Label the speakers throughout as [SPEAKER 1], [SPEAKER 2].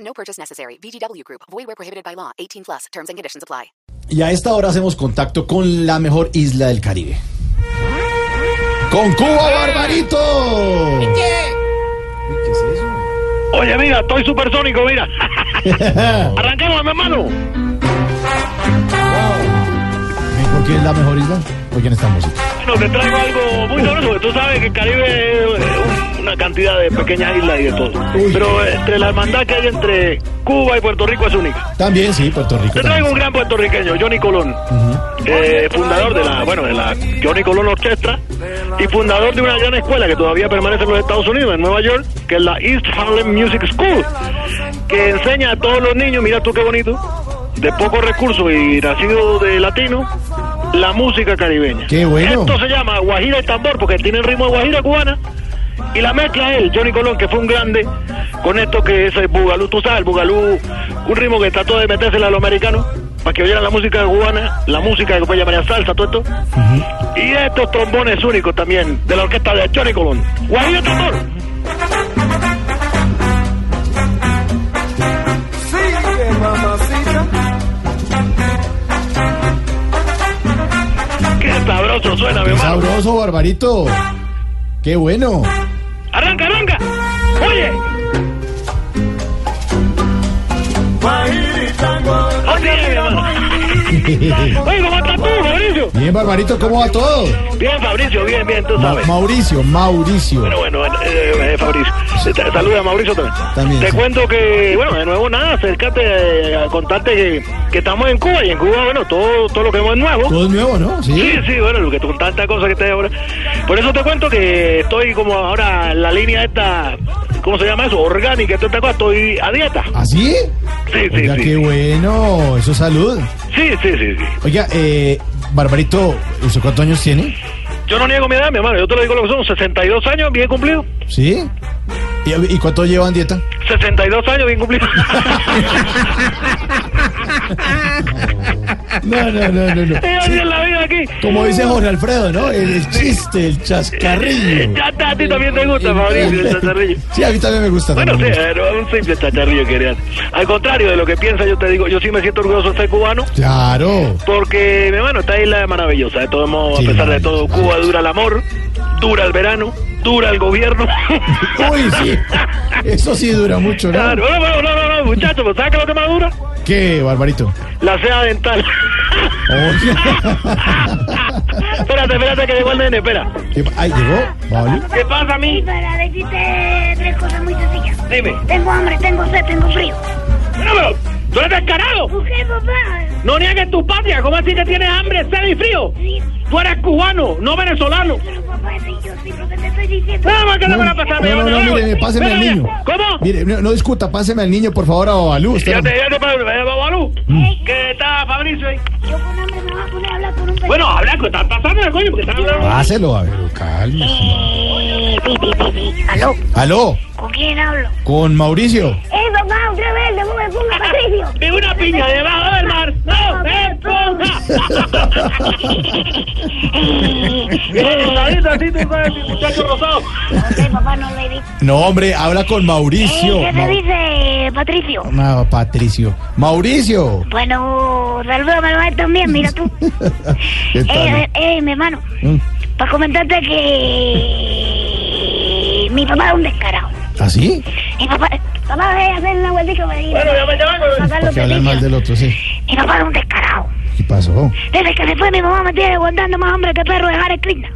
[SPEAKER 1] No purchase necessary. VGW Group. Void where prohibited by law. 18 plus. Terms and conditions apply.
[SPEAKER 2] Y a esta hora hacemos contacto con la mejor isla del Caribe. ¡Con Cuba, Barbarito!
[SPEAKER 3] Oye, mira, estoy supersónico, mira. Arranquemos, mi hermano.
[SPEAKER 2] ¿Y ¿Por qué es la mejor isla? Oigan esta música.
[SPEAKER 3] Bueno, te traigo algo muy sabroso, porque tú sabes que el Caribe es eh, una cantidad de pequeñas islas y de todo. Pero eh, entre la hermandad que hay entre Cuba y Puerto Rico es única.
[SPEAKER 2] También, sí, Puerto Rico.
[SPEAKER 3] Te
[SPEAKER 2] también.
[SPEAKER 3] traigo un gran puertorriqueño, Johnny Colón, eh, fundador de la, bueno, de la Johnny Colón Orchestra y fundador de una gran escuela que todavía permanece en los Estados Unidos, en Nueva York, que es la East Harlem Music School, que enseña a todos los niños, mira tú qué bonito, de pocos recursos y nacido de latino, la música caribeña.
[SPEAKER 2] Qué bueno.
[SPEAKER 3] Esto se llama Guajira y Tambor porque tiene el ritmo de Guajira cubana. Y la mezcla es él, Johnny Colón, que fue un grande, con esto que es el bugalú, tú sabes, el bugalú, un ritmo que trató de metérsela a los americanos, para que oyeran la música cubana, la música que puede llamar salsa, todo esto. Y estos trombones únicos también, de la orquesta de Johnny Colón. Guajira y Tambor.
[SPEAKER 4] Sigue, mamacita.
[SPEAKER 3] Qué sabroso suena, mi
[SPEAKER 2] Qué
[SPEAKER 3] hermano.
[SPEAKER 2] sabroso, Barbarito. Qué bueno.
[SPEAKER 3] Arranca, arranca. Oye,
[SPEAKER 4] Guajira y tango.
[SPEAKER 3] así es, mi hermano.
[SPEAKER 2] Bien,
[SPEAKER 3] Oye, ¿cómo estás tú, Mauricio?
[SPEAKER 2] Barbarito, ¿cómo va todo?
[SPEAKER 3] Bien, Fabricio, bien, bien, tú
[SPEAKER 2] Ma-
[SPEAKER 3] sabes.
[SPEAKER 2] Mauricio, Mauricio.
[SPEAKER 3] Bueno, bueno, eh, eh, Fabricio. Eh, te- Saluda a Mauricio también.
[SPEAKER 2] También,
[SPEAKER 3] Te
[SPEAKER 2] sí.
[SPEAKER 3] cuento que, bueno, de nuevo nada, acércate eh, a contarte que, que estamos en Cuba y en Cuba, bueno, todo, todo lo que vemos es nuevo.
[SPEAKER 2] Todo es nuevo, ¿no?
[SPEAKER 3] Sí,
[SPEAKER 2] Sí.
[SPEAKER 3] sí, bueno, lo que con tantas cosas que te ahora. Por eso te cuento que estoy como ahora en la línea esta, ¿cómo se llama eso? Orgánica, toda esta cosa, estoy a dieta.
[SPEAKER 2] ¿Así?
[SPEAKER 3] Sí, sí,
[SPEAKER 2] ¿Ah, Oiga,
[SPEAKER 3] sí.
[SPEAKER 2] qué bueno. Eso es salud.
[SPEAKER 3] Sí, sí, sí, sí.
[SPEAKER 2] Oiga, eh, Barbarito, ¿usted cuántos años tiene?
[SPEAKER 3] Yo no niego mi edad, mi hermano, yo te lo digo lo que son, 62 años, bien cumplido.
[SPEAKER 2] ¿Sí? ¿Y, y cuánto lleva en dieta?
[SPEAKER 3] 62 años, bien cumplido.
[SPEAKER 2] No, no, no, no, no.
[SPEAKER 3] Así es la vida aquí.
[SPEAKER 2] Como dice Jorge Alfredo, ¿no? El, el chiste, el chascarrillo.
[SPEAKER 3] Ya está, a ti también te gusta, Fabricio, el chascarrillo.
[SPEAKER 2] Sí, a mí también me gusta.
[SPEAKER 3] Bueno, sí,
[SPEAKER 2] también me gusta.
[SPEAKER 3] era un simple chacharrillo querían. Al contrario de lo que piensa, yo te digo, yo sí me siento orgulloso de ser cubano.
[SPEAKER 2] Claro.
[SPEAKER 3] Porque, mi hermano, esta isla es maravillosa. De todos modos,
[SPEAKER 2] Sí,
[SPEAKER 3] a pesar de todo,
[SPEAKER 2] maravillosa.
[SPEAKER 3] Cuba dura el amor, dura el verano, dura el gobierno.
[SPEAKER 2] Uy, sí. Eso sí dura mucho, ¿no?
[SPEAKER 3] Claro, no, no, no, no, no, muchachos, ¿sabes qué es lo que más dura?
[SPEAKER 2] ¿Qué, Barbarito?
[SPEAKER 3] La seda dental.
[SPEAKER 2] Oye.
[SPEAKER 3] espérate, espérate, que llegó el nene, espera.
[SPEAKER 2] ¿Qué pa- Ay, llegó. Vale.
[SPEAKER 3] ¿Qué pasa a
[SPEAKER 5] Y
[SPEAKER 3] mí?
[SPEAKER 5] para decirte tres cosas muy sencillas.
[SPEAKER 3] Dime.
[SPEAKER 5] Tengo hambre, tengo sed, tengo frío.
[SPEAKER 3] Bueno, pero, tú eres descarado.
[SPEAKER 5] ¿Por qué, papá?
[SPEAKER 3] No niegues tu patria. ¿Cómo así que tienes hambre, sed y frío?
[SPEAKER 5] Sí,
[SPEAKER 3] Tú eres cubano, no venezolano.
[SPEAKER 5] pero papá, sí, yo sí, lo que te estoy diciendo.
[SPEAKER 3] Nada más que te
[SPEAKER 2] No,
[SPEAKER 3] van a pasar,
[SPEAKER 2] no,
[SPEAKER 3] me
[SPEAKER 2] no,
[SPEAKER 3] van a-
[SPEAKER 2] no, mire, páseme
[SPEAKER 3] Ven,
[SPEAKER 2] al
[SPEAKER 3] ven.
[SPEAKER 2] niño.
[SPEAKER 3] ¿Cómo?
[SPEAKER 2] Mire, no, no discuta, páseme al niño, por favor, a Babalú. Usted
[SPEAKER 3] Ya
[SPEAKER 2] no-
[SPEAKER 3] te, ya te, Babalú.
[SPEAKER 5] Ey,
[SPEAKER 3] ¿Qué está, Fabricio? ahí?
[SPEAKER 5] Yo con hambre me voy a poner a hablar con un pe-
[SPEAKER 3] Bueno, habla, ¿qué está pasando, coño? Porque están hablando.
[SPEAKER 2] Páselo, a ver, calma.
[SPEAKER 5] Eh, pi, pi, pi, pi. ¿Aló?
[SPEAKER 2] Aló,
[SPEAKER 5] ¿Con quién hablo?
[SPEAKER 2] con Mauricio.
[SPEAKER 5] ¡Eh, papá, otra vez! ¡Le voy a poner Patricio!
[SPEAKER 3] De una piña debajo del mar. ¡No, es ponga! así tú sabes, mi muchacho rosado.
[SPEAKER 5] Ok, papá, no le di.
[SPEAKER 2] No, hombre, habla con Mauricio.
[SPEAKER 5] Eh, ¿Qué te
[SPEAKER 2] Mau-
[SPEAKER 5] dice, Patricio?
[SPEAKER 2] No, Patricio. Mauricio.
[SPEAKER 5] Bueno, salúdame a él también, mira tú.
[SPEAKER 2] ¿Qué
[SPEAKER 5] Eh,
[SPEAKER 2] tal?
[SPEAKER 5] eh, mi hermano,
[SPEAKER 2] Mm.
[SPEAKER 5] para comentarte que mi papá es un descarado.
[SPEAKER 2] ¿Así?
[SPEAKER 5] Mi papá, papá, ve a hacer una vueltita para ir.
[SPEAKER 3] Bueno, ya me llaman.
[SPEAKER 5] sacar
[SPEAKER 2] Porque
[SPEAKER 5] los
[SPEAKER 2] hablan mal
[SPEAKER 5] servicios.
[SPEAKER 2] del otro, sí.
[SPEAKER 5] Mi papá es un descarado.
[SPEAKER 2] ¿Qué pasó?
[SPEAKER 5] Desde que se fue mi mamá me tiene aguantando más hambre que perro de Hare Krishna.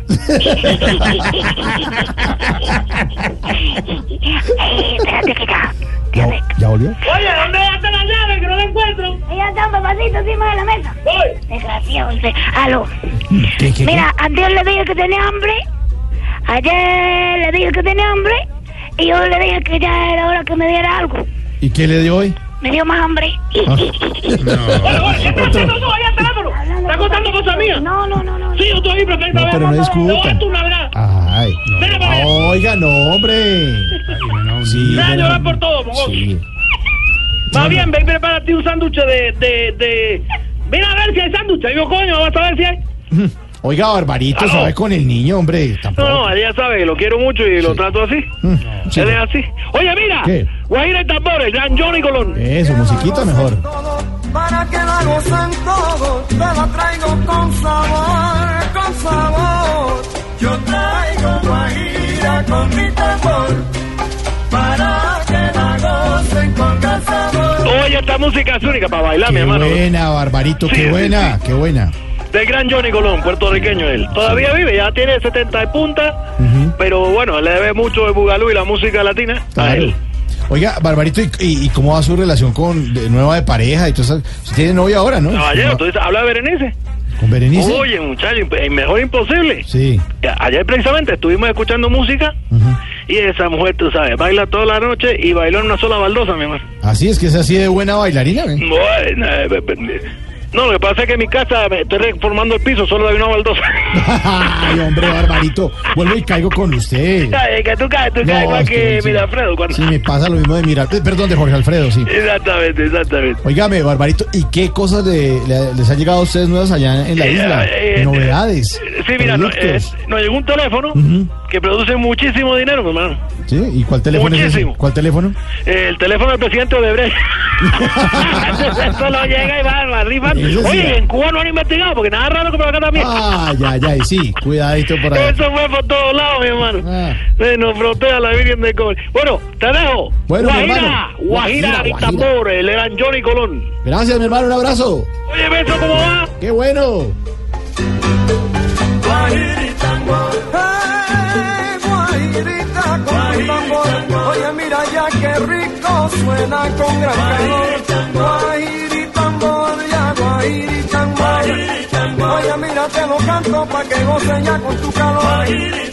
[SPEAKER 5] eh, espérate que ya.
[SPEAKER 2] ¿Ya, ya volvió?
[SPEAKER 3] Oye, ¿dónde está la llave que no la encuentro?
[SPEAKER 5] Ella está un papacito encima de la mesa.
[SPEAKER 3] Voy.
[SPEAKER 5] Desgraciado, dice, aló.
[SPEAKER 2] Mm, ¿Qué, qué,
[SPEAKER 5] Mira, antes le dije que tenía hambre, ayer le dije que tenía hambre y yo le dije que ya era hora que me diera algo.
[SPEAKER 2] ¿Y qué le dio hoy?
[SPEAKER 5] Me dio más hambre.
[SPEAKER 3] Jorge, está haciendo eso ahí al teléfono. Está contando cosas mías.
[SPEAKER 5] No, no, no, no.
[SPEAKER 3] Sí, yo estoy ahí
[SPEAKER 2] No, Ah,
[SPEAKER 3] perfectamente.
[SPEAKER 2] pero no
[SPEAKER 3] Te voy a
[SPEAKER 2] discutan.
[SPEAKER 3] dar tu nalgada.
[SPEAKER 2] Ay.
[SPEAKER 3] Ven para acá.
[SPEAKER 2] Oiga, no, hombre. Sí,
[SPEAKER 3] Te voy a llorar
[SPEAKER 2] bueno.
[SPEAKER 3] por todo, mongol.
[SPEAKER 2] Sí.
[SPEAKER 3] Más bien, ven, prepara ti un sándwich de, de, de... Ven a ver si hay sándwich. Digo, coño, vas a ver si hay...
[SPEAKER 2] Oiga, Barbarito,
[SPEAKER 3] Aló.
[SPEAKER 2] sabe con el niño, hombre.
[SPEAKER 3] No,
[SPEAKER 2] Tampoco.
[SPEAKER 3] no, ella sabe que lo quiero mucho y lo trato así.
[SPEAKER 2] Mm, Sí.
[SPEAKER 3] Él es así. Oye, mira.
[SPEAKER 2] ¿Qué? Eh.
[SPEAKER 3] Guajira y tambores, gran Johnny Colón.
[SPEAKER 2] Eso, musiquita mejor.
[SPEAKER 4] Todo, Para que la gocen todos, te la traigo con sabor, con sabor. Yo traigo guajira con mi tambor, para que la gocen con gran sabor.
[SPEAKER 3] Oye, esta música es única para bailar, mi
[SPEAKER 2] Qué
[SPEAKER 3] hermano.
[SPEAKER 2] buena, Barbarito,
[SPEAKER 3] Sí,
[SPEAKER 2] qué
[SPEAKER 3] sí,
[SPEAKER 2] buena, qué buena.
[SPEAKER 3] Del gran Johnny Colón, puertorriqueño él. Todavía vive, ya tiene 70 de punta, pero bueno, le debe mucho el bugalú y la música latina a
[SPEAKER 2] Claro.
[SPEAKER 3] él.
[SPEAKER 2] Oiga, Barbarito, ¿y, y, y cómo va su relación con de- nueva de pareja? Y todo eso? Usted tiene novia ahora, ¿no?
[SPEAKER 3] Caballero, tú dices, habla de Berenice.
[SPEAKER 2] ¿Con Berenice?
[SPEAKER 3] Oye, muchacho, imp- mejor imposible.
[SPEAKER 2] Sí.
[SPEAKER 3] Ayer precisamente estuvimos escuchando música
[SPEAKER 2] Ujú.
[SPEAKER 3] y esa mujer, tú sabes, baila toda la noche y bailó en una sola baldosa, mi hermano.
[SPEAKER 2] Así es que es así de buena bailarina, ¿ven?
[SPEAKER 3] Bueno, eh, pe- pe- No, lo que pasa es que en mi casa me estoy reformando el piso, solo hay una baldosa.
[SPEAKER 2] Ay, hombre, Barbarito, vuelvo y caigo con usted.
[SPEAKER 3] Ay, que tú caes, tú
[SPEAKER 2] No,
[SPEAKER 3] caes igual
[SPEAKER 2] es que
[SPEAKER 3] que,
[SPEAKER 2] no, sí.
[SPEAKER 3] mira, Alfredo, cuando-
[SPEAKER 2] Sí, me pasa lo mismo de mirar. eh, Perdón, de Jorge Alfredo, sí.
[SPEAKER 3] Exactamente, exactamente.
[SPEAKER 2] Oígame, Barbarito, ¿y qué cosas le- le- les han llegado a ustedes nuevas allá en la
[SPEAKER 3] Eh,
[SPEAKER 2] isla?
[SPEAKER 3] eh, eh,
[SPEAKER 2] Novedades.
[SPEAKER 3] Sí, mira, no, eh,
[SPEAKER 2] productos,
[SPEAKER 3] nos llegó un teléfono
[SPEAKER 2] Ujú.
[SPEAKER 3] que produce muchísimo dinero, mi hermano.
[SPEAKER 2] ¿Sí? ¿Y cuál teléfono es ese?
[SPEAKER 3] eh, muchísimo.
[SPEAKER 2] ¿Cuál teléfono?
[SPEAKER 3] El teléfono del presidente de Brecht. Solo llega y va, va rifan.
[SPEAKER 2] Eso sí,
[SPEAKER 3] Oye,
[SPEAKER 2] va.
[SPEAKER 3] en Cuba no han investigado porque nada raro como acá también.
[SPEAKER 2] Ay, ay, ay, sí, cuidadito por ahí.
[SPEAKER 3] Eso fue por todos lados, mi hermano.
[SPEAKER 2] Ah.
[SPEAKER 3] Eh, nos frontea la Virgen de Cobre. Bueno, te dejo.
[SPEAKER 2] Bueno, mi
[SPEAKER 3] Guajira,
[SPEAKER 2] hermano.
[SPEAKER 3] Guajira,
[SPEAKER 2] Guajira,
[SPEAKER 3] y
[SPEAKER 2] Guajira.
[SPEAKER 3] tambores, el gran Johnny Colón.
[SPEAKER 2] Gracias, mi hermano, un abrazo.
[SPEAKER 3] Oye, beso, ¿cómo va?
[SPEAKER 2] ¡Qué bueno!
[SPEAKER 4] Guajiritango, eh, guajirita con tambor. Oye, mira ya que rico suena con gran calor. Guajiritambor, ya guajiritambor. Oye, mira, te lo canto pa' que goce ya con tu calor.